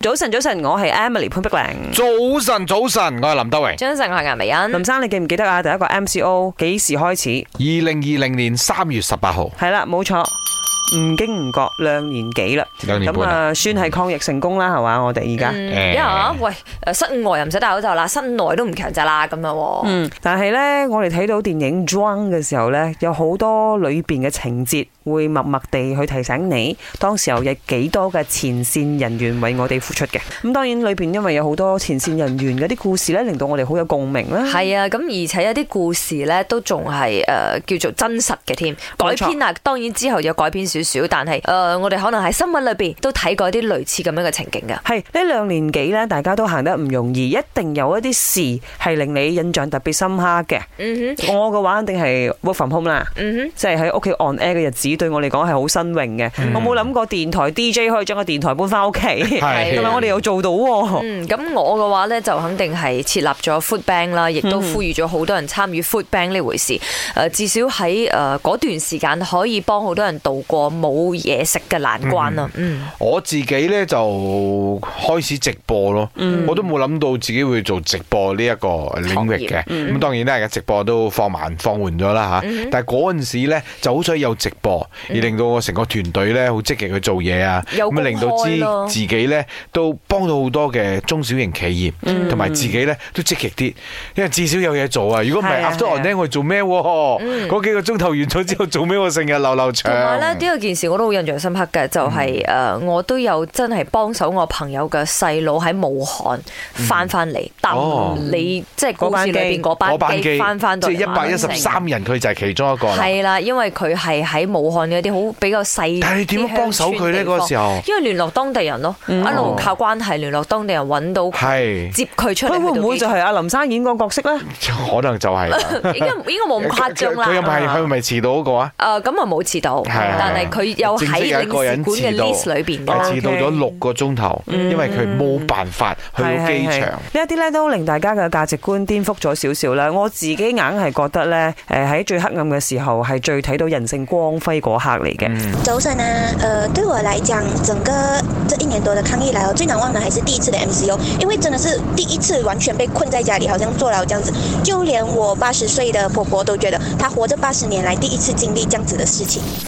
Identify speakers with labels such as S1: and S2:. S1: 早晨，早晨，我係 Emily 潘碧玲。
S2: 早晨，早晨，我係林德榮。
S3: 早晨，我係顏美欣。
S1: 林生，你記唔記得啊？第一個 MCO 幾時開始？
S2: 二零二零年三月十八號，
S1: 係啦，冇錯，唔經唔覺兩年幾啦。
S2: 兩年
S1: 咁
S2: 半啦。
S1: 啊，算係抗疫成功啦，係嘛？我哋而家。
S2: 誒
S3: 嗯因為啊，喂，誒室外又唔使戴口罩啦，室內都唔強制啦，咁樣喎。
S1: 嗯，但係呢，我哋睇到電影《Drunk》嘅時候呢，有好多裏邊嘅情節會默默地去提醒你，當時候有幾多嘅前線人員為我哋付出嘅。咁當然裏邊因為有好多前線人員嗰啲故事呢，令到我哋好有共鳴啦。
S3: 係啊，咁而且有啲故事咧都仲係誒叫做真實嘅添，改
S1: 冇錯
S3: 編啊，當然之後有改編少少，但係誒、呃我哋可能喺新聞裏邊都睇過一啲類似咁樣嘅情景㗎。
S1: 係呢兩年幾呢，大家都行得唔容易，一定有一啲事係令你印象特別深刻 嘅。
S3: 嗯哼，
S1: 我嘅話一定係 work from home 啦，
S3: 嗯
S1: 即係喺屋企 on air 嘅日子，對我嚟講係好新穎嘅。我冇諗過電台 DJ 可以將個電台搬翻屋企，
S2: 係
S1: 同 埋我哋又做到
S3: 哼，
S1: 喎。
S3: 嗯，咁我嘅話咧就肯定係設立咗 food bank 啦，亦都
S1: 嗯
S3: 呼籲咗好多人參與 food bank 呢回事。誒、至少喺誒嗰段時間可以幫好多人度過冇嘢食嘅難關啦。嗯
S2: 我自己呢就開始直播咯，
S3: 嗯
S2: 我都冇諗到自己會做直播呢一個領域嘅。
S3: 嗯
S2: 咁當然啦，而家直播都放慢放緩咗啦吓。但係嗰陣時呢就好想有直播，而令到我成個團隊呢好積極去做嘢啊，
S3: 嗯有
S2: 咁啊令
S3: 公開
S2: 到
S3: 咯
S2: 知自己呢都幫到好多嘅中小型企
S3: 嗯
S2: 業，同埋自己呢都積極啲，因為至少有嘢做啊。如果唔係
S1: 係啊
S2: after
S1: 係啊
S2: on 呢，我做咩喎？嗰幾個鐘頭完咗之後做咩？我成日流流長。
S3: 嗯同埋咧，呢個件事我都好印象深刻嘅，就係、
S2: 嗯
S3: 誒、我都有真係幫手我朋友嘅細佬喺武漢翻翻嚟，搭
S2: 嗯哦
S3: 你即係故事裏邊嗰
S2: 嗰
S3: 班機翻翻到
S2: 即係一百一十三人，佢就係其中一個啦。
S3: 係啦，因為佢係喺武漢嘅一啲好比較細，
S2: 但係你點樣幫手佢呢嗰個時
S3: 候？
S2: 候嗯哦
S3: 因為聯絡當地人咯，一路靠關係聯絡當地人揾到
S2: 係，
S3: 接佢出嚟。
S1: 佢會唔會就
S3: 去
S1: 係阿林生演個角色呢？
S2: 可能就係啦。
S3: 到機應該應該 冇咁誇張啦。
S2: 佢佢又咪係佢咪遲到嗰個啊？
S3: 誒咁啊冇遲到，
S2: 係
S3: 但係佢有
S2: 正式
S3: 喺
S2: 有一個
S3: 領事
S2: 人
S3: 館嘅
S2: 遲到
S3: list 裏邊
S2: 係
S3: 嘅。嗯
S2: 遲到
S1: OK
S2: 咗六個鐘頭，因為佢冇辦法去到機
S1: 係係係
S2: 場
S1: 呢。一啲咧都令大家嘅價值觀顛覆咗少少啦。我自己硬係覺得呢，誒喺最黑暗嘅時候係最睇到人性光輝嗰刻嚟嘅。
S2: 嗯
S4: 早晨啊，呃，对我来讲，整个这一年多的抗疫来哦，最难忘的还是第一次的 MCO，因为真的是第一次完全被困在家里，好像坐牢这样子。就连我八十岁的婆婆都觉得，她活这八十年来第一次经历这样子的事情。